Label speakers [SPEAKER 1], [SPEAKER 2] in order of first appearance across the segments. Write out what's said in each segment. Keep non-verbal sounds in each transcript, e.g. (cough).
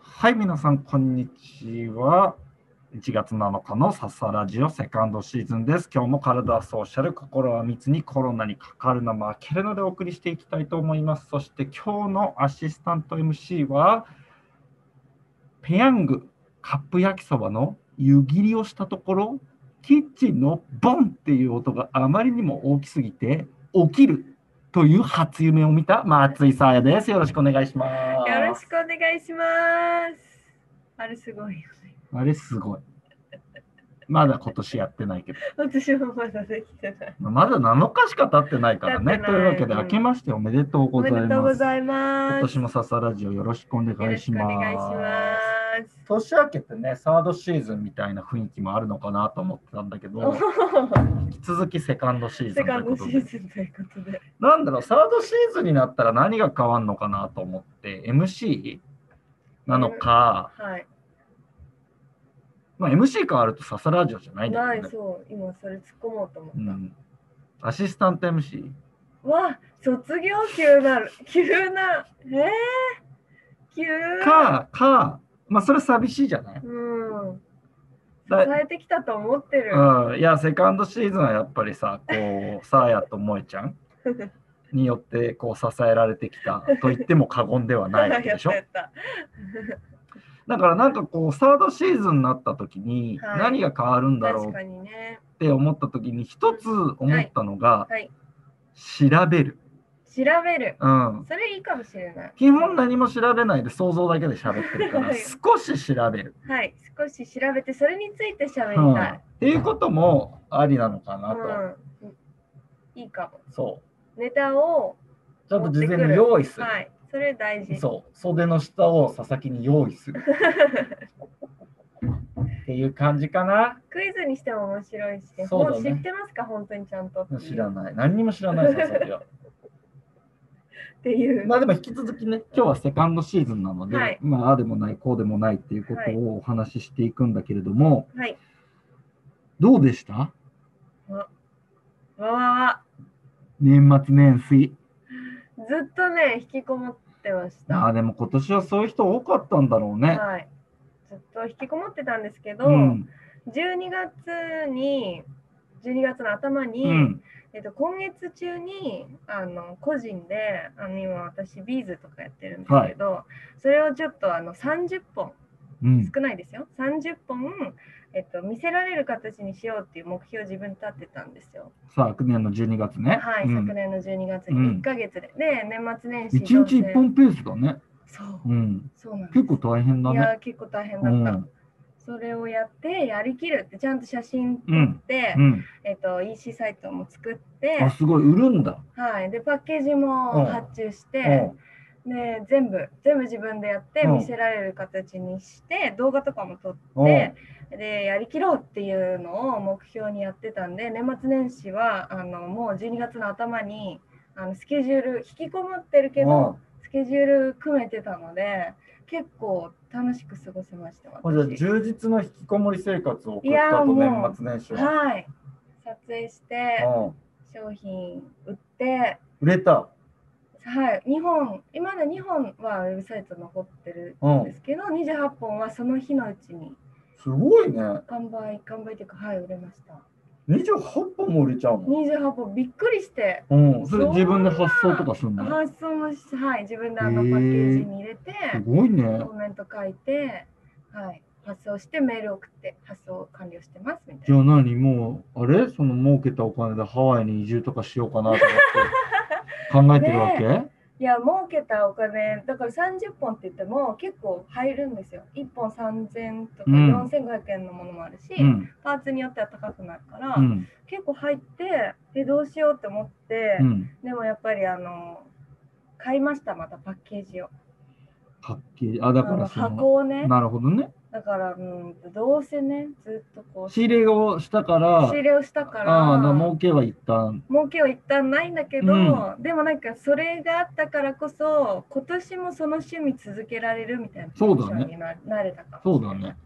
[SPEAKER 1] はい、皆さん、こんにちは。1月7日のササラジオセカンドシーズンです。今日も体はソーシャル、心は密にコロナにかかるな負けるのでお送りしていきたいと思います。そして今日のアシスタント MC は、ペヤングカップ焼きそばの湯切りをしたところ、キッチンのボンっていう音があまりにも大きすぎて、起きるという初夢を見た松井さやです。よろしくお願いします。
[SPEAKER 2] よろしくお願いします。あれすごいよね。
[SPEAKER 1] あれすごい。まだ今年やってないけど、
[SPEAKER 2] 私もまだできてない。
[SPEAKER 1] まだ7日しか経ってないからね。
[SPEAKER 2] 経ってない
[SPEAKER 1] というわけで、明けましておめでとう
[SPEAKER 2] お
[SPEAKER 1] ござ
[SPEAKER 2] め
[SPEAKER 1] い
[SPEAKER 2] でと
[SPEAKER 1] ま
[SPEAKER 2] うご
[SPEAKER 1] す。
[SPEAKER 2] ざいます。
[SPEAKER 1] 今年も笹ラジオよろしくお願
[SPEAKER 2] よろ
[SPEAKER 1] い
[SPEAKER 2] し
[SPEAKER 1] し
[SPEAKER 2] くお
[SPEAKER 1] ます。
[SPEAKER 2] 願いします。
[SPEAKER 1] 年明けてね、サードシーズンみたいな雰囲気もあるのかなと思ってたんだけ
[SPEAKER 2] お
[SPEAKER 1] ど、
[SPEAKER 2] ー
[SPEAKER 1] 引き続きセカンドシーズ
[SPEAKER 2] セ
[SPEAKER 1] ンとい
[SPEAKER 2] カ
[SPEAKER 1] う
[SPEAKER 2] ン
[SPEAKER 1] こ
[SPEAKER 2] ド
[SPEAKER 1] と
[SPEAKER 2] シー
[SPEAKER 1] で。
[SPEAKER 2] ズンということで。
[SPEAKER 1] なんだろう、サードシーズンになったら何が変わるのかなと思って、MC なのか、
[SPEAKER 2] はい。
[SPEAKER 1] まあ、MC 変わると笹ラジオじゃないんだ
[SPEAKER 2] な
[SPEAKER 1] け
[SPEAKER 2] い
[SPEAKER 1] ど、ね
[SPEAKER 2] そう、今それ突っ込もうと思っ
[SPEAKER 1] う
[SPEAKER 2] た。
[SPEAKER 1] ん。アシスタント MC?
[SPEAKER 2] わあ、卒業急なる、急な、えー、急。
[SPEAKER 1] か、か、まあそれ寂しいじゃない。
[SPEAKER 2] うん。支
[SPEAKER 1] だ
[SPEAKER 2] えてきたと思ってる。
[SPEAKER 1] うん、いや、セカンドシーズンはやっぱりさ、こう、さあやと萌えちゃ
[SPEAKER 2] (laughs)
[SPEAKER 1] んによってこう支えられてきたと言っても過言ではないわけ
[SPEAKER 2] や
[SPEAKER 1] で
[SPEAKER 2] っ (laughs)
[SPEAKER 1] しょ
[SPEAKER 2] た。やった。
[SPEAKER 1] だからなんかこう、サードシーズンになった時に
[SPEAKER 2] はい
[SPEAKER 1] 何が変わるんだろう
[SPEAKER 2] 確
[SPEAKER 1] っ
[SPEAKER 2] かにね。
[SPEAKER 1] て思った時に一つ思ったのが、
[SPEAKER 2] はい。
[SPEAKER 1] 調べる。
[SPEAKER 2] 調べる。
[SPEAKER 1] うん。
[SPEAKER 2] それいいかもしれない。
[SPEAKER 1] 基本何も調べないで想像だけで喋ってるから、
[SPEAKER 2] はい
[SPEAKER 1] 少し調べる。
[SPEAKER 2] はい、少し調べて、それについて喋
[SPEAKER 1] うん、
[SPEAKER 2] りたい
[SPEAKER 1] っ。ていうこともありなのかなと。
[SPEAKER 2] うん。いいかも。
[SPEAKER 1] そう。
[SPEAKER 2] ネタを、
[SPEAKER 1] ちょっと事前に用意する。
[SPEAKER 2] はい、それ大事。
[SPEAKER 1] そう、袖の下を佐々木に用意する。っていう感じかな。
[SPEAKER 2] クイズにしても面白いし、
[SPEAKER 1] そうだね
[SPEAKER 2] もう知ってますか、本当にちゃんとってい
[SPEAKER 1] 知
[SPEAKER 2] う。
[SPEAKER 1] らない。何にも知らない佐々木は。
[SPEAKER 2] っていう。
[SPEAKER 1] (laughs) まあでも引き続きね、今日はセカンドシーズンなので、
[SPEAKER 2] はい
[SPEAKER 1] まあああでもない、こうでもないっていうことをお話ししていくんだけれども、
[SPEAKER 2] はい。
[SPEAKER 1] どうでした
[SPEAKER 2] わわわ。
[SPEAKER 1] 年末年始。
[SPEAKER 2] ずっとね、引きこもってまし
[SPEAKER 1] あ
[SPEAKER 2] た。
[SPEAKER 1] あ、でも今年はそういう人多かったんだろうね。
[SPEAKER 2] はい。ずっと引きこもってたんですけど、
[SPEAKER 1] うん。
[SPEAKER 2] 12月に、12月の頭に、
[SPEAKER 1] うん。
[SPEAKER 2] えっと、今月中にあの個人であの今私ビーズとかやってるんですけど、それをちょっとあの30本
[SPEAKER 1] うん。
[SPEAKER 2] 少ないですよ30本、えっと、見せられる形にしようっていう目標を自分に立ってたんですよ。
[SPEAKER 1] 昨年の12月ね。
[SPEAKER 2] はい、
[SPEAKER 1] うん
[SPEAKER 2] 昨年の12月
[SPEAKER 1] うん
[SPEAKER 2] に1ヶ月で、で年末年始
[SPEAKER 1] 1日
[SPEAKER 2] どうせ
[SPEAKER 1] 1本ペースだね。
[SPEAKER 2] そう
[SPEAKER 1] うん。
[SPEAKER 2] そうなんです
[SPEAKER 1] 結構大変だ
[SPEAKER 2] い
[SPEAKER 1] ね。
[SPEAKER 2] や結構大変
[SPEAKER 1] う
[SPEAKER 2] だった、
[SPEAKER 1] ん。
[SPEAKER 2] それをやってやりきるってちゃんと写真撮
[SPEAKER 1] うん。
[SPEAKER 2] って、
[SPEAKER 1] うん。
[SPEAKER 2] えっと、EC サイトも作って、
[SPEAKER 1] あ、すごい、売るんだ。
[SPEAKER 2] はい、でパッケージ
[SPEAKER 1] うん
[SPEAKER 2] も発注して、で全部全部自分でやって
[SPEAKER 1] うん
[SPEAKER 2] 見せられる形にして、動画とかも撮っ
[SPEAKER 1] うん
[SPEAKER 2] て、でやりきろうっていうのを目標にやってたんで年末年始はあのもう12月の頭にあのスケジュール引きこもってるけど、スケジュール組めてたので結構楽しく過ごせました
[SPEAKER 1] うんじゃあ
[SPEAKER 2] 私
[SPEAKER 1] 充実の引きこもり生活を送っ
[SPEAKER 2] いや
[SPEAKER 1] た
[SPEAKER 2] ー
[SPEAKER 1] と
[SPEAKER 2] もう
[SPEAKER 1] 年末年始は、
[SPEAKER 2] はい撮影して
[SPEAKER 1] うん
[SPEAKER 2] 商品売って
[SPEAKER 1] 売れた、
[SPEAKER 2] はい、2本、今まだ2本はウェブサイト残ってる
[SPEAKER 1] うんん
[SPEAKER 2] で、すけど、28本はその日のうちに
[SPEAKER 1] すごいね
[SPEAKER 2] 完売、完売というか、はい、売れました。
[SPEAKER 1] 28本も売れちゃうの、
[SPEAKER 2] 28本、びっくりして、
[SPEAKER 1] うん、それ自分で発送とかするの
[SPEAKER 2] 発送もし、はい、自分であの
[SPEAKER 1] へ
[SPEAKER 2] パ
[SPEAKER 1] ー
[SPEAKER 2] ッケージに入れて、
[SPEAKER 1] すごいね
[SPEAKER 2] コメント書いて、はい、発送して、メール送って、発送完了してますみたい
[SPEAKER 1] じ
[SPEAKER 2] な。
[SPEAKER 1] ゃあ何もうあれその儲けたお金でハワイに移住とかしようかなと思って考えてるわけ、
[SPEAKER 2] いや、儲けたお金、だから30本って言っても結構入るんですよ。1本3000とか
[SPEAKER 1] うん
[SPEAKER 2] 4500円のものもあるし、
[SPEAKER 1] うん
[SPEAKER 2] パーツによっては高くなるから、
[SPEAKER 1] うん
[SPEAKER 2] 結構入ってでどうしようって思って、
[SPEAKER 1] うん
[SPEAKER 2] でもやっぱりあの買いましたまたパッケージを
[SPEAKER 1] パッケージあ
[SPEAKER 2] あ
[SPEAKER 1] だか
[SPEAKER 2] の
[SPEAKER 1] らその
[SPEAKER 2] 箱をね
[SPEAKER 1] なるほどね
[SPEAKER 2] だから、うん、どうせねずっとこう
[SPEAKER 1] 仕入れをしたから
[SPEAKER 2] 仕入れをしたから
[SPEAKER 1] ああだから儲けは一旦
[SPEAKER 2] 儲けは一旦ないんだけど、
[SPEAKER 1] う
[SPEAKER 2] でもなんかそれがあったからこそ今年もその趣味続けられるみたいな
[SPEAKER 1] そうだね
[SPEAKER 2] ポジションにななれたか
[SPEAKER 1] そうだね。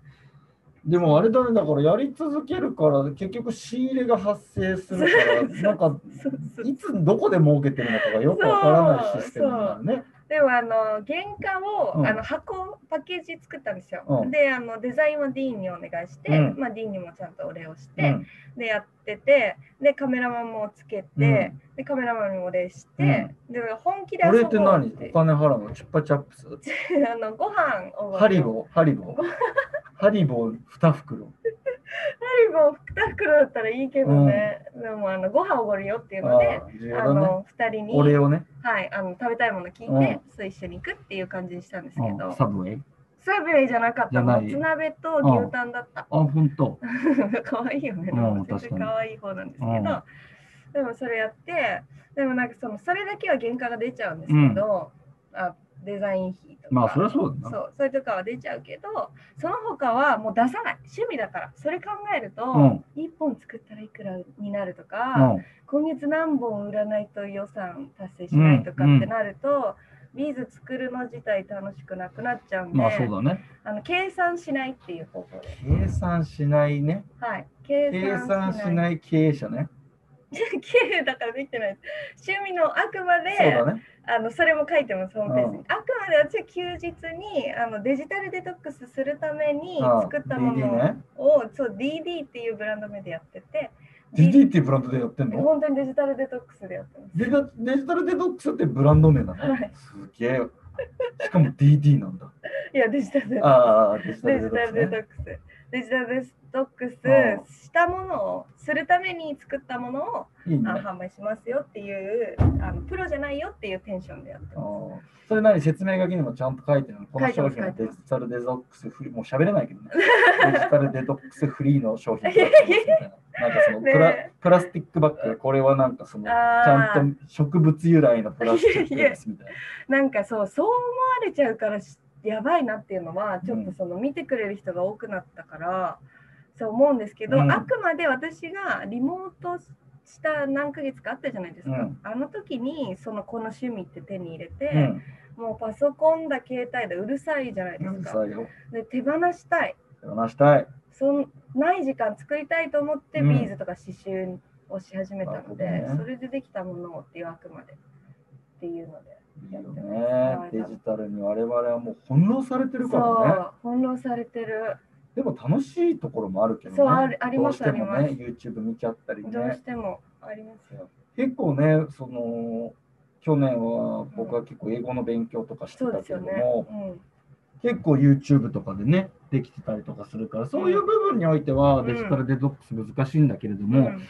[SPEAKER 1] でもあれだね、だからやり続けるから、結局仕入れが発生するから、なんか、
[SPEAKER 2] そうそう
[SPEAKER 1] いつどこで儲けてるのかがよくわからないシステムになるね。
[SPEAKER 2] でもあの原価を、
[SPEAKER 1] うん
[SPEAKER 2] あの箱パッケージ作ったんですよ。
[SPEAKER 1] うん
[SPEAKER 2] であのデザインはディーンにお願いして、
[SPEAKER 1] うん
[SPEAKER 2] まあ、ディーンにもちゃんとお礼をし
[SPEAKER 1] う
[SPEAKER 2] て、
[SPEAKER 1] ん
[SPEAKER 2] でやっててでカメラマンもつけて、
[SPEAKER 1] うん
[SPEAKER 2] でカメラマンにお礼して、で本気で
[SPEAKER 1] 俺
[SPEAKER 2] 遊
[SPEAKER 1] って
[SPEAKER 2] ぼうっ
[SPEAKER 1] 何
[SPEAKER 2] て
[SPEAKER 1] お金払うのチュッパチャップス
[SPEAKER 2] (laughs) あのご飯を
[SPEAKER 1] ハリボーハリ
[SPEAKER 2] (laughs)
[SPEAKER 1] ボーハリボー2袋。
[SPEAKER 2] ハリボー2袋だったらいいけどね、でもあのご飯おごるよっていう
[SPEAKER 1] あ
[SPEAKER 2] の
[SPEAKER 1] あ
[SPEAKER 2] で、
[SPEAKER 1] 重要
[SPEAKER 2] あ
[SPEAKER 1] だね。
[SPEAKER 2] の2人に、
[SPEAKER 1] お礼をね、
[SPEAKER 2] はい、あの食べたいもの聞いて、
[SPEAKER 1] うん
[SPEAKER 2] そう一緒に行くっていう感じにしたんですけ
[SPEAKER 1] うん
[SPEAKER 2] ど、
[SPEAKER 1] サブウェイ。
[SPEAKER 2] サブウェイじゃなかっ
[SPEAKER 1] じゃ
[SPEAKER 2] た
[SPEAKER 1] な
[SPEAKER 2] も
[SPEAKER 1] い
[SPEAKER 2] つ鍋と牛タンだった。
[SPEAKER 1] あ、
[SPEAKER 2] (laughs)
[SPEAKER 1] 本当。
[SPEAKER 2] 可愛いよね。
[SPEAKER 1] うん
[SPEAKER 2] なんか
[SPEAKER 1] 確か
[SPEAKER 2] 全然
[SPEAKER 1] に
[SPEAKER 2] 可愛い方なんですけど、
[SPEAKER 1] うん
[SPEAKER 2] でもそれやって、でもなんかそのそれだけは原価が出ちゃうんですけど、あデザイン費とか。
[SPEAKER 1] まあ、そりゃそうだ
[SPEAKER 2] そ
[SPEAKER 1] な。
[SPEAKER 2] うそれとかは出ちゃうけどその他はもう出さない趣味だからそれ考えると、
[SPEAKER 1] うん。
[SPEAKER 2] 1本作ったらいくらになると
[SPEAKER 1] う
[SPEAKER 2] か、
[SPEAKER 1] ん。
[SPEAKER 2] 今月何本売らないと予算達成しないとかってなると、ビーズ作るの自体楽しくなくなっちゃうんで、
[SPEAKER 1] まあ、そうだね。
[SPEAKER 2] あの計算しないっていう方法で。
[SPEAKER 1] 計算しないね。
[SPEAKER 2] はい、計
[SPEAKER 1] 計
[SPEAKER 2] 算
[SPEAKER 1] 算
[SPEAKER 2] し
[SPEAKER 1] し
[SPEAKER 2] ない。 (laughs)
[SPEAKER 1] ない経営者ね。
[SPEAKER 2] 綺麗だからできてないです。趣味のあくまで
[SPEAKER 1] そうだね。
[SPEAKER 2] あのそれも書いてます、ホームページに。
[SPEAKER 1] うん
[SPEAKER 2] あくまで私は休日にあのデジタルデトックスするために
[SPEAKER 1] あ
[SPEAKER 2] 作ったも
[SPEAKER 1] DD
[SPEAKER 2] の
[SPEAKER 1] ね。
[SPEAKER 2] を、そう DD っていうブランド名でやってて、
[SPEAKER 1] DD っていうブランドでやってんの
[SPEAKER 2] 本当にデジタルデトックスでやってます。
[SPEAKER 1] デジタルデジタルデトックスってブランド名なの
[SPEAKER 2] はい
[SPEAKER 1] すげえ。しかも DD なんだ。
[SPEAKER 2] いや、デジタルデトック
[SPEAKER 1] ああ、デジ
[SPEAKER 2] ス。デジタルデト
[SPEAKER 1] ック
[SPEAKER 2] ックス。デジタルデトック
[SPEAKER 1] う
[SPEAKER 2] スしたものを、するために作ったものを
[SPEAKER 1] スね。いいね
[SPEAKER 2] あ。の販売しますよっていうあの、プロじゃないよっていうテンションでやって
[SPEAKER 1] あ
[SPEAKER 2] ます。
[SPEAKER 1] ーそれなり説明書きにもちゃんと書いてるのこの
[SPEAKER 2] 書いて
[SPEAKER 1] 商
[SPEAKER 2] ます
[SPEAKER 1] 品は
[SPEAKER 2] 書いて
[SPEAKER 1] デ
[SPEAKER 2] ま
[SPEAKER 1] ジタルデトックスフリー、もう喋れない
[SPEAKER 2] (laughs)
[SPEAKER 1] けどね。デジタルデトックスフリーの商品だ
[SPEAKER 2] いやいやい
[SPEAKER 1] なんかそのプラ
[SPEAKER 2] ね
[SPEAKER 1] プラスティックバッグ、これはなんかそのち
[SPEAKER 2] あー
[SPEAKER 1] ゃんと植物由来のプラスチックですみたいな。
[SPEAKER 2] なんかそうそう思われちゃうからしやばいなっていうのはちょっとその見てくれる人が多くなったから、そう思うんですけど、
[SPEAKER 1] うん
[SPEAKER 2] あくまで私がリモートした何ヶ月かあったじゃないですか、
[SPEAKER 1] うん
[SPEAKER 2] あの時にそのこの趣味って手に入れ
[SPEAKER 1] う
[SPEAKER 2] て、
[SPEAKER 1] ん。
[SPEAKER 2] もうパソコンだ携帯だうるさいじゃないで
[SPEAKER 1] な
[SPEAKER 2] す
[SPEAKER 1] んか
[SPEAKER 2] か
[SPEAKER 1] さよ、
[SPEAKER 2] で手放したい
[SPEAKER 1] 話したい。
[SPEAKER 2] そんない時間作りたいと思って
[SPEAKER 1] うん
[SPEAKER 2] ビーズとか刺繍をし始めたので、
[SPEAKER 1] なるほどね
[SPEAKER 2] それでできたものをっていうあくまでっていうので。
[SPEAKER 1] いいよね。デジタルに我々はもう翻弄されてるか
[SPEAKER 2] そ
[SPEAKER 1] らね。
[SPEAKER 2] う翻弄されてる
[SPEAKER 1] でも楽しいところもあるけどね。
[SPEAKER 2] そうあるあります
[SPEAKER 1] どうしても
[SPEAKER 2] あ
[SPEAKER 1] ね、
[SPEAKER 2] り
[SPEAKER 1] YouTube 見ちゃったりね。
[SPEAKER 2] どうしてもありますよ。
[SPEAKER 1] 結構ねその去年は僕は結構英語の勉強とかして
[SPEAKER 2] そう
[SPEAKER 1] た
[SPEAKER 2] です
[SPEAKER 1] けど
[SPEAKER 2] よね。
[SPEAKER 1] も、
[SPEAKER 2] うん、
[SPEAKER 1] 結構 YouTube とかでねできてたりとかするからそういう部分においては
[SPEAKER 2] うん
[SPEAKER 1] デジタルデトックス難しいんだけれど
[SPEAKER 2] う
[SPEAKER 1] も、
[SPEAKER 2] ん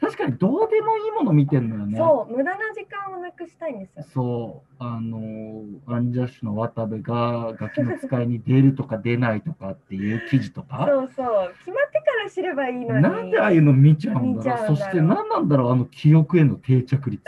[SPEAKER 1] 確かにどうでもいいもの見てんのよね。
[SPEAKER 2] そう無駄な時間をなくしたいんですよ。
[SPEAKER 1] そうあのーアンジャッシュの渡部がガキの使いに出るとか出ないとかっていう記事とか
[SPEAKER 2] そうそう決まってから知ればいいのに。
[SPEAKER 1] なんでああいうの見ちゃうん
[SPEAKER 2] 見
[SPEAKER 1] だ
[SPEAKER 2] ち
[SPEAKER 1] ろう
[SPEAKER 2] ゃうんだろう
[SPEAKER 1] そして何なんだろうあの記憶への定着率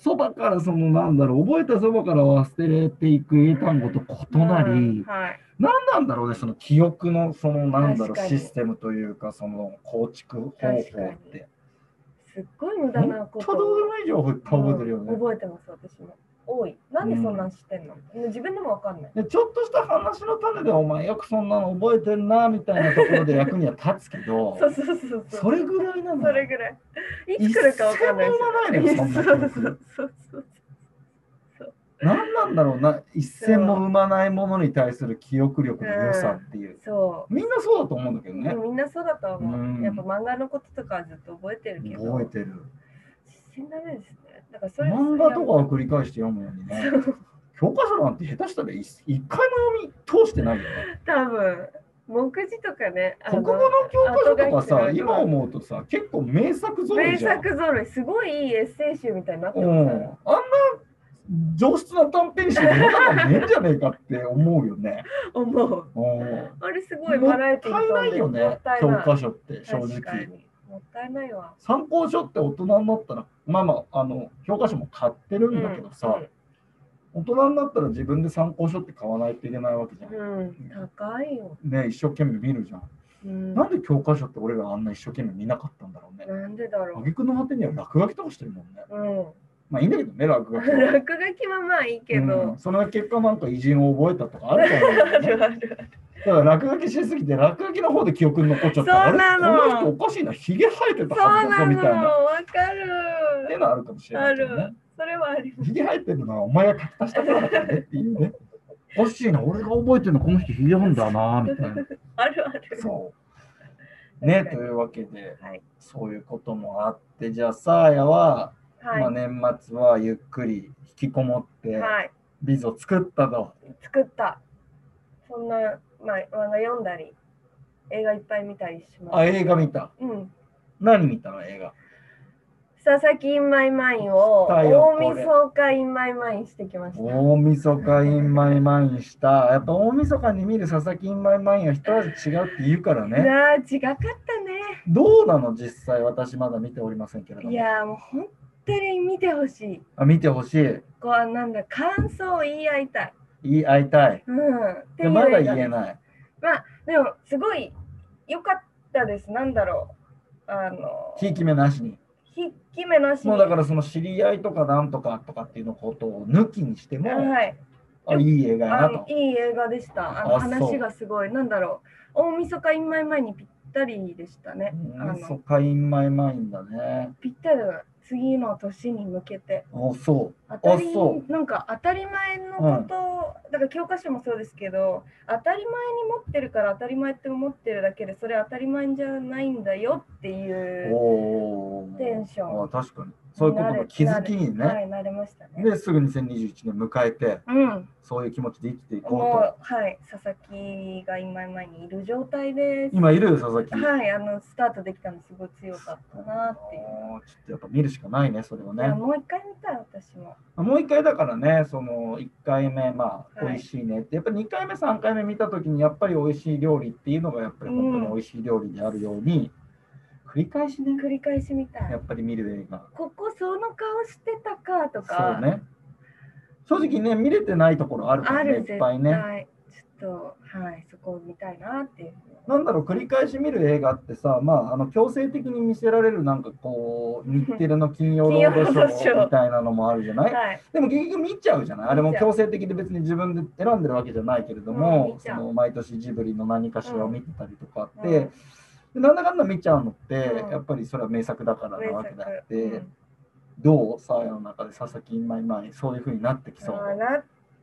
[SPEAKER 1] そばからそのなんだろう覚えたそばから忘れていく英単語と異なり、
[SPEAKER 2] うんはい。
[SPEAKER 1] 何なんだろうねその記憶のそのなんだろう
[SPEAKER 2] 確かに
[SPEAKER 1] システムというかその構築方法っ
[SPEAKER 2] 確かに
[SPEAKER 1] て
[SPEAKER 2] すっごい無駄な
[SPEAKER 1] 本
[SPEAKER 2] こと
[SPEAKER 1] 当どうでもいい情報いっぱい覚えてるよね、
[SPEAKER 2] うん覚えてます私も。多い。なんでそんなんしてんの、自分でもわかんない。
[SPEAKER 1] でちょっとした話の種でお前よくそんなの覚えてるなみたいなところで役には立つけど
[SPEAKER 2] (laughs) そうそうそうそう。
[SPEAKER 1] それぐらいなの
[SPEAKER 2] それぐらい。いつ来るかわかんないし。
[SPEAKER 1] 一銭も生まないのよそん
[SPEAKER 2] そ
[SPEAKER 1] な
[SPEAKER 2] うそうそう
[SPEAKER 1] 何なんだろうな一銭も生まないものに対する記憶力の良さっていう、
[SPEAKER 2] そう。
[SPEAKER 1] みんなそうだと思うんだけど
[SPEAKER 2] で
[SPEAKER 1] ね
[SPEAKER 2] もみんなそうだと思う。
[SPEAKER 1] うん
[SPEAKER 2] やっぱ漫画のこととかはずっと覚えてるけど。
[SPEAKER 1] 覚えてる
[SPEAKER 2] 全然ダメですね。だからそれ
[SPEAKER 1] 漫画とかを繰り返して読むのにね教科書なんて下手したら一一回も読み通してないよね
[SPEAKER 2] 多分目次とかね。あの
[SPEAKER 1] 国語の教科書とか
[SPEAKER 2] 後書
[SPEAKER 1] さ
[SPEAKER 2] きとか
[SPEAKER 1] 今思うとさ結構名作ぞろ
[SPEAKER 2] 名
[SPEAKER 1] いじゃん、
[SPEAKER 2] 作ぞろいすごいいいエッセイ集みたいになって
[SPEAKER 1] うん、あん
[SPEAKER 2] ます
[SPEAKER 1] な
[SPEAKER 2] よ。
[SPEAKER 1] 上質な短編集の中にねえんじゃねえかって思うよね。
[SPEAKER 2] 思う。
[SPEAKER 1] うん
[SPEAKER 2] あれすごい
[SPEAKER 1] も
[SPEAKER 2] バ
[SPEAKER 1] った
[SPEAKER 2] ラエ
[SPEAKER 1] い
[SPEAKER 2] ティー
[SPEAKER 1] な
[SPEAKER 2] に富ん
[SPEAKER 1] い
[SPEAKER 2] で
[SPEAKER 1] よ
[SPEAKER 2] も
[SPEAKER 1] ね
[SPEAKER 2] ったい、
[SPEAKER 1] 教
[SPEAKER 2] ない
[SPEAKER 1] 科書って正
[SPEAKER 2] 確か
[SPEAKER 1] 直。
[SPEAKER 2] に。もったいないわ。
[SPEAKER 1] 参考書って大人になったら、まあまあ、あの教科書も買ってるんだけどさ、大人になったら自分で参考書って買わないといけないわけじゃん。
[SPEAKER 2] うん、うん高いよ。
[SPEAKER 1] ね一生懸命見るじゃん。
[SPEAKER 2] うん、
[SPEAKER 1] なんで教科書って俺らあんな一生懸命見なかったんだろうね。
[SPEAKER 2] なんでだろ
[SPEAKER 1] 挙句の果てには落書きとかしてるもんね。
[SPEAKER 2] う。うん。 (laughs)
[SPEAKER 1] まあいいんだけどね、落書きは。
[SPEAKER 2] 落書きはまあいい (laughs) け
[SPEAKER 1] う
[SPEAKER 2] ど
[SPEAKER 1] ん。その結果なんか偉人を覚えたとかあると思うんだ
[SPEAKER 2] あ
[SPEAKER 1] よね、
[SPEAKER 2] るある。
[SPEAKER 1] だから落書きしすぎて落書きの方で記憶に残っちゃった
[SPEAKER 2] そうなの
[SPEAKER 1] あれこの人おかしいなヒゲ生えて
[SPEAKER 2] そ
[SPEAKER 1] た
[SPEAKER 2] う
[SPEAKER 1] はずだ
[SPEAKER 2] な
[SPEAKER 1] ぞみ
[SPEAKER 2] の、
[SPEAKER 1] たいなっ
[SPEAKER 2] わか
[SPEAKER 1] ていう
[SPEAKER 2] る。
[SPEAKER 1] のはあるかもしれないけどね
[SPEAKER 2] あるそれはあります。
[SPEAKER 1] ひげ生えてるのはお前が書き足したからだったねっていう
[SPEAKER 2] (laughs)
[SPEAKER 1] ね。おかしいな、俺が覚えてるのこの人ひげなんだな、みた
[SPEAKER 2] (laughs)
[SPEAKER 1] いな。
[SPEAKER 2] あるある。
[SPEAKER 1] そう。ね、というわけで、
[SPEAKER 2] はい
[SPEAKER 1] そういうこともあって、じゃあ、さあやは、
[SPEAKER 2] はい。
[SPEAKER 1] まあ、年末はゆっくり引きこもって、
[SPEAKER 2] はい。
[SPEAKER 1] ビズを作ったと。
[SPEAKER 2] 作った。そんな、まあ、漫画読んだり、映画いっぱい見たりしま
[SPEAKER 1] あ、
[SPEAKER 2] す。
[SPEAKER 1] 映画見た。
[SPEAKER 2] うん。
[SPEAKER 1] 何見たの映画。
[SPEAKER 2] 佐々木インマイマインを
[SPEAKER 1] したよ
[SPEAKER 2] 大晦日インマイマインしてきました。
[SPEAKER 1] 大晦日インマイマインした。やっぱ大晦日に見る佐々木インマイマインは一味違うって言うから
[SPEAKER 2] い
[SPEAKER 1] ね。
[SPEAKER 2] やー違かった
[SPEAKER 1] どうなの実際私まだ見ておりませんけれど
[SPEAKER 2] ね。い
[SPEAKER 1] も。
[SPEAKER 2] やーもう本当に見てほしい。
[SPEAKER 1] あ見てほしい。
[SPEAKER 2] こうなんだ感想を言い合いたい。
[SPEAKER 1] 言い会いたい。
[SPEAKER 2] うん。ってい
[SPEAKER 1] で
[SPEAKER 2] う
[SPEAKER 1] まだ
[SPEAKER 2] 映画
[SPEAKER 1] 言えない。
[SPEAKER 2] まあでもすごい良かったです。なんだろう。あの
[SPEAKER 1] ひいき目なしに。
[SPEAKER 2] 筆記目なしに
[SPEAKER 1] もうだからその知り合いとかなんとかとかっていうのことを抜きにしても、
[SPEAKER 2] はい。
[SPEAKER 1] あいい映画や
[SPEAKER 2] あ
[SPEAKER 1] な
[SPEAKER 2] の
[SPEAKER 1] と。
[SPEAKER 2] いい映画でした。あの
[SPEAKER 1] あそう
[SPEAKER 2] 話がすごいなんだろう。大晦日インマイマインにぴったりでしたね。あ
[SPEAKER 1] うんそ
[SPEAKER 2] の
[SPEAKER 1] うか、インマイマインだね。
[SPEAKER 2] ぴったりだ。次の年に向けて
[SPEAKER 1] あそう。
[SPEAKER 2] 当たり
[SPEAKER 1] そ
[SPEAKER 2] なんか当たり前のこと、だから教科書もそうですけど当たり前に持ってるから当たり前って思ってるだけでそれ当たり前じゃないんだよっていう
[SPEAKER 1] おお。
[SPEAKER 2] テンション
[SPEAKER 1] あ確かに。そういうことの気づきに
[SPEAKER 2] な
[SPEAKER 1] ね。
[SPEAKER 2] れなれましたね。
[SPEAKER 1] で、すぐ2021年迎えて、
[SPEAKER 2] うん。
[SPEAKER 1] そういう気持ちで生きていこ
[SPEAKER 2] もう、はい、佐々木が今前にいる状態で
[SPEAKER 1] うと。今いるよ、佐々木。
[SPEAKER 2] はい、あの、スタートできたのすごい強かったなっていう。
[SPEAKER 1] もうちょっとやっぱ見るしかないね、それを
[SPEAKER 2] い
[SPEAKER 1] ね。
[SPEAKER 2] やもう一回見たい、私も。
[SPEAKER 1] もう一回だからね、その1回目、まあ、
[SPEAKER 2] はい
[SPEAKER 1] 美味しいねって、やっぱり2回目、3回目見たときに、やっぱり美味しい料理っていうのが、やっぱり本当に美味しい料理であるように、繰り返しね、
[SPEAKER 2] 繰り返し見た
[SPEAKER 1] や
[SPEAKER 2] い。
[SPEAKER 1] っぱり見る映画。
[SPEAKER 2] ここその顔してたかとか、
[SPEAKER 1] そうね。正直ね、見れてないところあるか
[SPEAKER 2] あ
[SPEAKER 1] らね、
[SPEAKER 2] る
[SPEAKER 1] い
[SPEAKER 2] 絶
[SPEAKER 1] っぱい
[SPEAKER 2] 対、
[SPEAKER 1] ね。
[SPEAKER 2] ちょっと、はい、そこを見たいなっていう。
[SPEAKER 1] なんだろう、繰り返し見る映画ってさ、まあ、あの強制的に見せられる、なんかこう、日テレの金曜ロー (laughs) ドショ
[SPEAKER 2] 金曜ロードショ
[SPEAKER 1] ー
[SPEAKER 2] ー
[SPEAKER 1] みたいなのもあるじゃない
[SPEAKER 2] はい、
[SPEAKER 1] でも結局見ちゃうじゃないあれも
[SPEAKER 2] 見ちゃう
[SPEAKER 1] 強制的で別に自分で選んでるわけじゃないけれど
[SPEAKER 2] うん
[SPEAKER 1] も
[SPEAKER 2] 見、ち
[SPEAKER 1] そ
[SPEAKER 2] ゃう
[SPEAKER 1] の毎年ジブリの何かしらを見てたりとかあって、
[SPEAKER 2] うん
[SPEAKER 1] でなんだかんだ見ちゃうのって、
[SPEAKER 2] うん
[SPEAKER 1] やっぱりそれは名作だからなわけであって、
[SPEAKER 2] 名作うん
[SPEAKER 1] どうさあやの中で佐々木今今そういうふうになってきそう。
[SPEAKER 2] あーな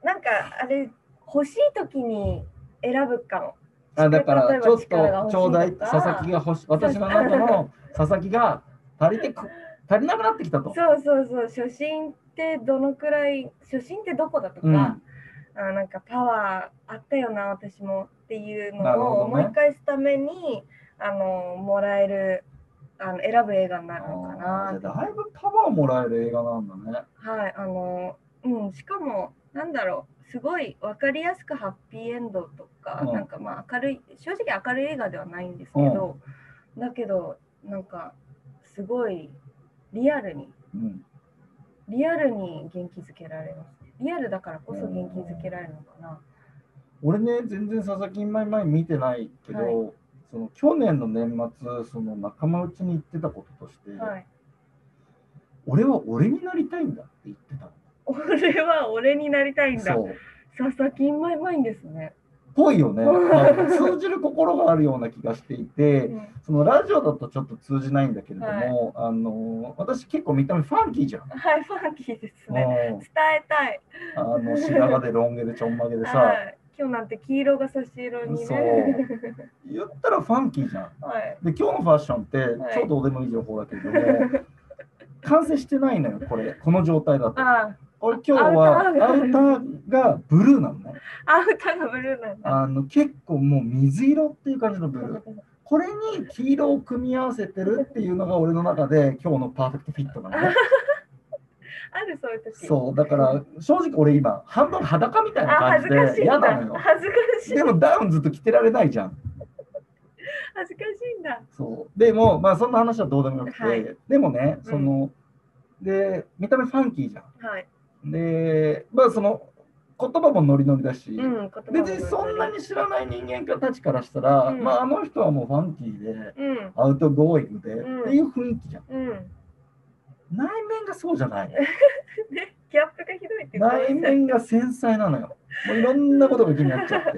[SPEAKER 2] なんかあれ欲しい時に選ぶかも。
[SPEAKER 1] あだか
[SPEAKER 2] 例
[SPEAKER 1] ら
[SPEAKER 2] えば
[SPEAKER 1] ちょっと
[SPEAKER 2] 力が欲しい
[SPEAKER 1] ちょうだい
[SPEAKER 2] とか
[SPEAKER 1] 佐々木が欲しい私の中の佐々木が足りてく足りなくなってきたと。
[SPEAKER 2] そうそうそう初心ってどのくらい初心ってどこだとか、
[SPEAKER 1] うん
[SPEAKER 2] あーなんかパワーあったよな私もっていう
[SPEAKER 1] なる
[SPEAKER 2] のを
[SPEAKER 1] ほど
[SPEAKER 2] 思
[SPEAKER 1] ね
[SPEAKER 2] い返すために、あのもらえるあの選ぶ映画になるのか
[SPEAKER 1] あー
[SPEAKER 2] な
[SPEAKER 1] じゃあだいぶパワーもらえる映画なんだね。
[SPEAKER 2] はいあのうんしかもなんだろうすごい分かりやすくハッピーエンドとか、
[SPEAKER 1] うん
[SPEAKER 2] なんかまあ明るい正直明るい映画ではないんですけど、だけどなんかすごいリアルに
[SPEAKER 1] うん、
[SPEAKER 2] リアルに元気づけられますね。リアルだからこそ元気づけられるのかな。
[SPEAKER 1] 俺ね全然佐々木今今見てないけど、
[SPEAKER 2] はい
[SPEAKER 1] その去年の年末その仲間内に言ってたこととして、
[SPEAKER 2] はい。
[SPEAKER 1] 俺は俺になりたいんだって言ってたの。
[SPEAKER 2] 俺は俺になりたいんだ
[SPEAKER 1] そ。う
[SPEAKER 2] 佐々木まいまいんですね。
[SPEAKER 1] ぽいよね、
[SPEAKER 2] うん
[SPEAKER 1] なんか通じる心があるような気がしていて。
[SPEAKER 2] (laughs) うん
[SPEAKER 1] そのラジオだとちょっと通じないんだけれども、あの私結構見た目ファンキーじゃん。
[SPEAKER 2] はい、ファンキーですね。
[SPEAKER 1] うん
[SPEAKER 2] 伝えたい。
[SPEAKER 1] あの白髪でロン毛でちょんまげで
[SPEAKER 2] は
[SPEAKER 1] さ、
[SPEAKER 2] い。今日なんて黄色が差し色にね。
[SPEAKER 1] そう言ったらファンキーじゃん。
[SPEAKER 2] はい。
[SPEAKER 1] で今日のファッションっ
[SPEAKER 2] は
[SPEAKER 1] て
[SPEAKER 2] い
[SPEAKER 1] 超どうでもいい情報だけれども、完成してないのよこれこの状態だと。
[SPEAKER 2] あ
[SPEAKER 1] 俺今日はア
[SPEAKER 2] ア
[SPEAKER 1] ウ
[SPEAKER 2] ウ
[SPEAKER 1] タ
[SPEAKER 2] ター
[SPEAKER 1] ーがブルーなのね。
[SPEAKER 2] あ、アウターがブルーなんだ。
[SPEAKER 1] あの結構もう水色っていう感じのブルー。これに黄色を組み合わせてるっていうのが俺の中で今日のパーフェクトフィットなのね。
[SPEAKER 2] あるそういう時。う。
[SPEAKER 1] そうだから正直俺今半分裸みたいな
[SPEAKER 2] あ、
[SPEAKER 1] 感
[SPEAKER 2] 恥
[SPEAKER 1] じ
[SPEAKER 2] ずかし
[SPEAKER 1] で
[SPEAKER 2] いん
[SPEAKER 1] 嫌
[SPEAKER 2] だ。
[SPEAKER 1] なのよ
[SPEAKER 2] 恥ずかしい
[SPEAKER 1] で。もダウンずっと着てられないじゃん
[SPEAKER 2] 恥ずかしいんだ。
[SPEAKER 1] そうでもまあそんな話はどうでもよくて、
[SPEAKER 2] はい
[SPEAKER 1] でもねその、で見た目ファンキーじゃ
[SPEAKER 2] はい。
[SPEAKER 1] んでまあその言葉もノリノリだし、
[SPEAKER 2] うん、言葉も
[SPEAKER 1] 別にそんな。に知らない人間たちからしたら、
[SPEAKER 2] うん
[SPEAKER 1] まああの人はもうファンキーで
[SPEAKER 2] うん。
[SPEAKER 1] アウトゴーイングで、
[SPEAKER 2] うん
[SPEAKER 1] っていう雰囲気じゃん
[SPEAKER 2] うん。
[SPEAKER 1] 内面がそうじゃ
[SPEAKER 2] (laughs)
[SPEAKER 1] ない
[SPEAKER 2] ね、ギャップがひどいって言ってま
[SPEAKER 1] 内
[SPEAKER 2] した
[SPEAKER 1] 面が繊細なのよもういろんなことが気になっちゃって
[SPEAKER 2] 憧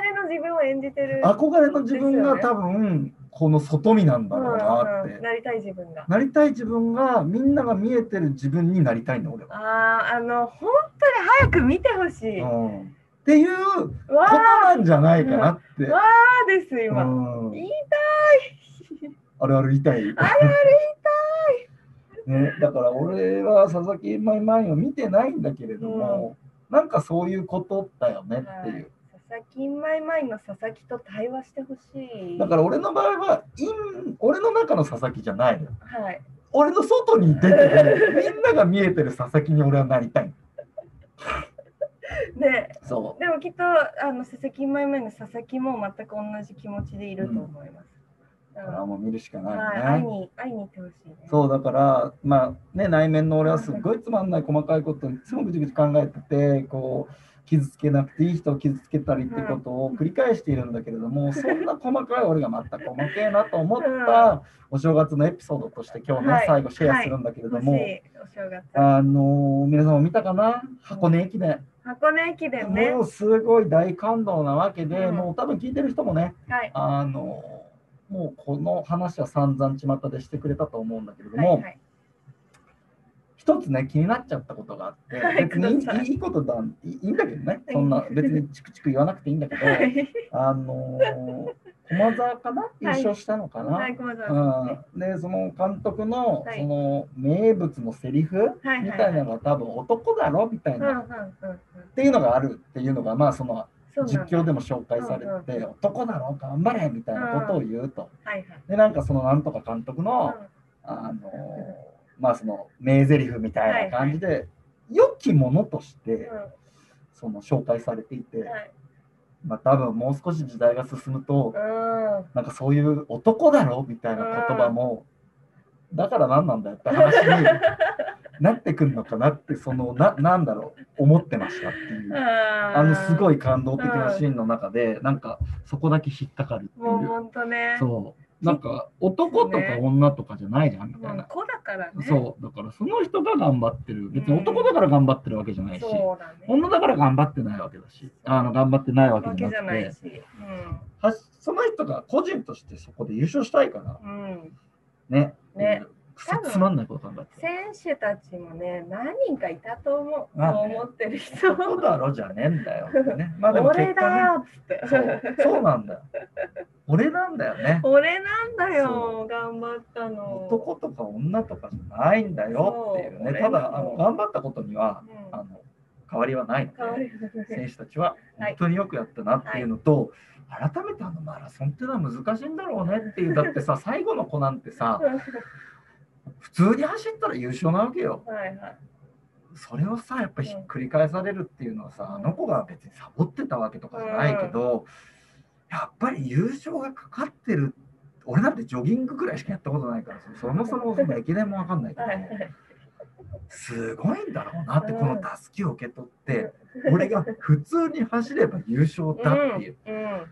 [SPEAKER 2] れの自分を演じてる。
[SPEAKER 1] 憧れの自分が
[SPEAKER 2] です
[SPEAKER 1] 多分、この外見なんだ
[SPEAKER 2] うん
[SPEAKER 1] ろうなって。
[SPEAKER 2] なりたい自分が。
[SPEAKER 1] なりたい自分がみんなが見えてる自分になりたいんだ俺は。
[SPEAKER 2] ああ、あの、本当に早く見てほしい。
[SPEAKER 1] う
[SPEAKER 2] わ
[SPEAKER 1] ん、っていうこと
[SPEAKER 2] あ、
[SPEAKER 1] なんじゃないかなって。
[SPEAKER 2] わです、今。
[SPEAKER 1] うん
[SPEAKER 2] 言い
[SPEAKER 1] あるある言いたい。ね
[SPEAKER 2] たい。あれあれ
[SPEAKER 1] だから俺は佐々木舞舞を見てないんだけれども、なんかそういうことだよねっていう。
[SPEAKER 2] 佐々木マイマイの佐々木と対話してほしい。
[SPEAKER 1] だから俺の場合は、イン俺の中の佐々木じゃないのよ。
[SPEAKER 2] はい。
[SPEAKER 1] 俺の外に出て (laughs) る、みんなが見えてる佐々木に俺はなりたい。
[SPEAKER 2] で、
[SPEAKER 1] そ
[SPEAKER 2] でもきっとあの佐々木マイマイの佐々木も全く同じ気持ちでいると思います。だ
[SPEAKER 1] う。
[SPEAKER 2] か
[SPEAKER 1] だかららもう見るしかないよね。
[SPEAKER 2] はい、会いに会いに行ってほしいね。
[SPEAKER 1] そうだからまあね内面の俺はすっごいつまんない細かいことにいつもぐちぐち考えててこう傷つけなくていい人を傷つけたりってことを繰り返しているんだけれどもそんな細かい俺がまた細けえなと思ったお正月のエピソードとして今日
[SPEAKER 2] は
[SPEAKER 1] ね
[SPEAKER 2] い
[SPEAKER 1] 最後シェアするんだけれど
[SPEAKER 2] 欲し
[SPEAKER 1] も、
[SPEAKER 2] いお正月。
[SPEAKER 1] あのー皆さんも見たかな箱根駅伝、
[SPEAKER 2] 箱根駅伝ね
[SPEAKER 1] も。うすごい大感動なわけで、
[SPEAKER 2] うん
[SPEAKER 1] もう多分聞いてる人もね
[SPEAKER 2] はい。
[SPEAKER 1] あのもうこの話は散々巷でしてくれたと思うんだけれど
[SPEAKER 2] はい
[SPEAKER 1] も、
[SPEAKER 2] はい
[SPEAKER 1] 一つね気になっちゃったことがあって、
[SPEAKER 2] はい
[SPEAKER 1] 別に
[SPEAKER 2] ください
[SPEAKER 1] いいいいことだいいいいんだけどねそんな別にチクチク言わなくていいんだけど、
[SPEAKER 2] はい。
[SPEAKER 1] あの駒沢かな優勝したのかな、
[SPEAKER 2] はい、熊さん。
[SPEAKER 1] うん、でその監督の
[SPEAKER 2] はい
[SPEAKER 1] その名物のセリフ
[SPEAKER 2] はいはい
[SPEAKER 1] みたいなのが多分男だろみたい
[SPEAKER 2] うんうんう
[SPEAKER 1] な。
[SPEAKER 2] んうん。
[SPEAKER 1] っていうのがあるっていうのがまあその
[SPEAKER 2] そう
[SPEAKER 1] 実
[SPEAKER 2] なんだ。
[SPEAKER 1] 況でも紹介されてて男だろ頑張れみたいなことを言うと
[SPEAKER 2] はい
[SPEAKER 1] でなんかそのなんとか監督の
[SPEAKER 2] はい。
[SPEAKER 1] あのまあその名台詞みたいな感じで、良きものとして
[SPEAKER 2] うん
[SPEAKER 1] その紹介されていて、
[SPEAKER 2] うんはい。
[SPEAKER 1] まあ多分もう少し時代が進むと、
[SPEAKER 2] うん。
[SPEAKER 1] なんかそういう男だろみたいな言葉も、だから何なんだよって話に (laughs) なってくるのかなってそのななんだろう思ってましたっていう。
[SPEAKER 2] あ
[SPEAKER 1] あのすご
[SPEAKER 2] い。
[SPEAKER 1] い感動的なシーンの中で、なんかそこだけ引っかかるってい
[SPEAKER 2] もう
[SPEAKER 1] う。
[SPEAKER 2] 本当ね。も
[SPEAKER 1] そう。なんか男とか女とかじゃないじゃんみたいうな。
[SPEAKER 2] 子だからね。
[SPEAKER 1] そうだからその人が頑張ってる別に男だから頑張ってるわけじゃないし、
[SPEAKER 2] そうだね。
[SPEAKER 1] 女だから頑張ってないわけだしあの頑張ってないわ
[SPEAKER 2] わ
[SPEAKER 1] けじ
[SPEAKER 2] け
[SPEAKER 1] ゃ
[SPEAKER 2] じ
[SPEAKER 1] な
[SPEAKER 2] ゃ
[SPEAKER 1] く
[SPEAKER 2] な
[SPEAKER 1] て
[SPEAKER 2] いし。う
[SPEAKER 1] はその人が個人としてそこで優勝したいから
[SPEAKER 2] ん。うん。
[SPEAKER 1] ね
[SPEAKER 2] ね
[SPEAKER 1] くそつまんないこと考えてる
[SPEAKER 2] 選手たちもね、何人かいたと思う。
[SPEAKER 1] まあ
[SPEAKER 2] そう
[SPEAKER 1] ね
[SPEAKER 2] 思ってる人。
[SPEAKER 1] そうだろじゃねえんだよってね、まあでも結
[SPEAKER 2] 俺だ
[SPEAKER 1] 果ね
[SPEAKER 2] よっつって。
[SPEAKER 1] そうそうなんだよ俺なんだよね
[SPEAKER 2] 俺なんだ
[SPEAKER 1] そ
[SPEAKER 2] よ、頑張ったの。
[SPEAKER 1] 男とか女とかじゃないんだよっていう
[SPEAKER 2] そう
[SPEAKER 1] ねただあの頑張ったことには
[SPEAKER 2] う
[SPEAKER 1] あ
[SPEAKER 2] ん。
[SPEAKER 1] の変わりはないの
[SPEAKER 2] 変わ
[SPEAKER 1] で
[SPEAKER 2] るよね
[SPEAKER 1] 選手たちは本当によくやったなっていうのと、改めてあのマラソンってのは難しいんだろうねっていうだって
[SPEAKER 2] (laughs)
[SPEAKER 1] さ最後の子なんてさ普通に走ったら優勝なわけよ
[SPEAKER 2] はいはい。
[SPEAKER 1] それをさやっぱりひっくり返されるっていうのはさ、
[SPEAKER 2] うん
[SPEAKER 1] あの子が別にサボってたわけとかじゃないけど、やっぱり優勝がかかってる俺だってジョギングくらいしかやったことないからそもそもその駅伝もわかんないけど
[SPEAKER 2] はいはい。
[SPEAKER 1] すごいんだろうなって
[SPEAKER 2] うん
[SPEAKER 1] このたすきを受け取って俺が普通に走れば優勝だっていう。
[SPEAKER 2] うん。うん。
[SPEAKER 1] なんだ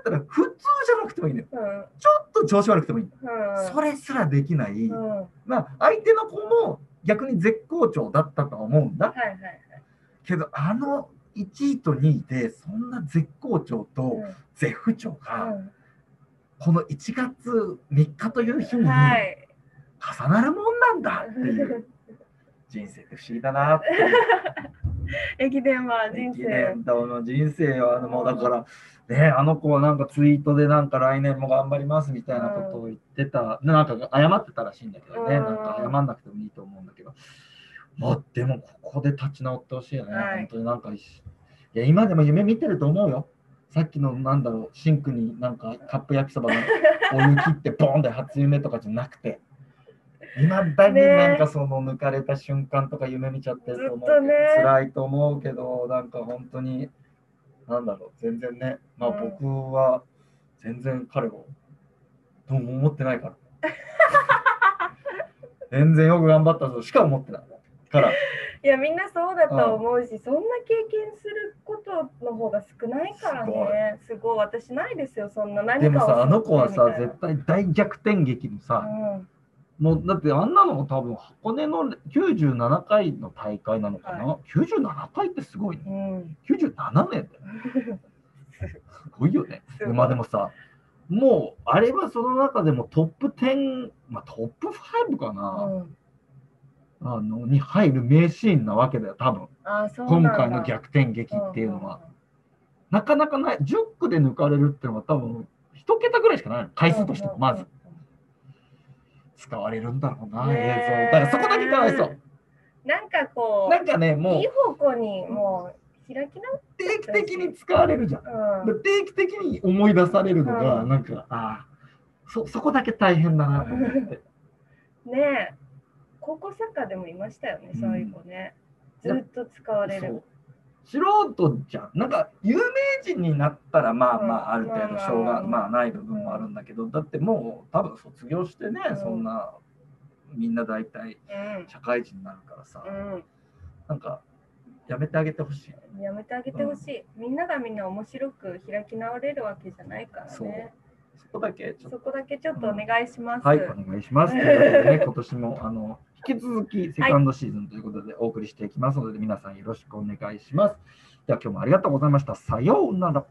[SPEAKER 1] ったら普通じゃなくてもいいのよ。
[SPEAKER 2] うん。
[SPEAKER 1] ちょっと調子悪くてもいい。
[SPEAKER 2] うん。
[SPEAKER 1] それすらできない。
[SPEAKER 2] うん。はい
[SPEAKER 1] まあ、相手の子も逆に絶好調だったとは思うんだ。
[SPEAKER 2] はい。
[SPEAKER 1] けど、あの1位と2位で、そんな絶好調
[SPEAKER 2] う
[SPEAKER 1] と
[SPEAKER 2] ん
[SPEAKER 1] 絶不調
[SPEAKER 2] う
[SPEAKER 1] が、
[SPEAKER 2] ん
[SPEAKER 1] この1月3日という日に重
[SPEAKER 2] はい。
[SPEAKER 1] なるもんなんだっていう。人生って不思議だなって。
[SPEAKER 2] 駅伝は人
[SPEAKER 1] 駅
[SPEAKER 2] 生。
[SPEAKER 1] 伝道の人生はもうだから、ね、あの子はなんかツイートでなんか来年も頑張りますみたいなことを言ってた、ねなんか謝ってたらしいんだけどね、
[SPEAKER 2] うん
[SPEAKER 1] なんか謝んなくてもいいと思うんだけど、まあでもここで立ち直ってほしいよね、
[SPEAKER 2] はい
[SPEAKER 1] 本当になんかいしいや今でも夢見てると思うよ。さっきのなんだろうシンクになんかカップ焼きそばのお湯切ってボンで初夢とかじゃなくて今だに
[SPEAKER 2] ね
[SPEAKER 1] なんかその抜かれた瞬間とか夢見ちゃってると思うけど、
[SPEAKER 2] ずっとね
[SPEAKER 1] 辛いと思うけどなんか本当になんだろう全然ねまあ
[SPEAKER 2] うん
[SPEAKER 1] 僕は全然彼をどうも思ってないから (laughs) 全然よく頑張ったとしか思ってないから
[SPEAKER 2] いや、みんなそうだと思うし、そんな経験することの方が少ないからね。すごい、私ないですよ、そんな何か
[SPEAKER 1] で
[SPEAKER 2] を
[SPEAKER 1] もさあの子はさ
[SPEAKER 2] みたいな
[SPEAKER 1] 絶対大逆転劇のさ、
[SPEAKER 2] うん
[SPEAKER 1] もうだってあんなの多分箱根の97回の大会なのかな、
[SPEAKER 2] は
[SPEAKER 1] 97回ってすごいね
[SPEAKER 2] うん。
[SPEAKER 1] 97年だよすごいよね
[SPEAKER 2] すごい
[SPEAKER 1] まあでもさもう、あれはその中でもトップ10、まあ、トップ5か
[SPEAKER 2] う
[SPEAKER 1] な、
[SPEAKER 2] ん、
[SPEAKER 1] あのに入る名シーンなわけだよ、多分
[SPEAKER 2] あそうなん
[SPEAKER 1] 今
[SPEAKER 2] だ
[SPEAKER 1] 回の逆転劇っていうのは。なかなかない、10区で抜かれるっていうのは、多分一桁ぐらいしかないの、
[SPEAKER 2] うんうんうん、
[SPEAKER 1] 回数としても、まず
[SPEAKER 2] ね。
[SPEAKER 1] 使われるんだろうな、映像。だ
[SPEAKER 2] え
[SPEAKER 1] からそこだけかわいそう。
[SPEAKER 2] なんかこ
[SPEAKER 1] なんかね、
[SPEAKER 2] うい
[SPEAKER 1] も
[SPEAKER 2] いう方向にもう開き
[SPEAKER 1] 定期的に使われるじゃん。
[SPEAKER 2] な、うん
[SPEAKER 1] で定期的に思い出されるのが、
[SPEAKER 2] うん
[SPEAKER 1] なんか、ああ、そ、そこだけ大変だなと思って。
[SPEAKER 2] ねえ高校サッカーでもいましたよね、
[SPEAKER 1] うん
[SPEAKER 2] そういう子ねずっと使われ
[SPEAKER 1] そ
[SPEAKER 2] る
[SPEAKER 1] う素人じゃんなんか有名人になったらまあまあある程
[SPEAKER 2] う
[SPEAKER 1] 度
[SPEAKER 2] ん
[SPEAKER 1] しょうが
[SPEAKER 2] うん
[SPEAKER 1] まあない部分もあるんだけどだってもう多分卒業してね
[SPEAKER 2] うん
[SPEAKER 1] そんなみんな大体
[SPEAKER 2] うん
[SPEAKER 1] 社会人になるからさ
[SPEAKER 2] うん
[SPEAKER 1] なんかやめてあげてほしい
[SPEAKER 2] やめてあげてほしい、みんながみんな面白く開き直れるわけじゃないから
[SPEAKER 1] そう
[SPEAKER 2] ね
[SPEAKER 1] そこだけちょ
[SPEAKER 2] そ
[SPEAKER 1] っと
[SPEAKER 2] こだけちょっとお願いします、
[SPEAKER 1] はいお願いしますということ
[SPEAKER 2] (laughs)
[SPEAKER 1] でね今年もあの引き続きセカンドシーズンということでお送りしていきますので皆さんよろしくお願いしますでは今日もありがとうございましたさようなら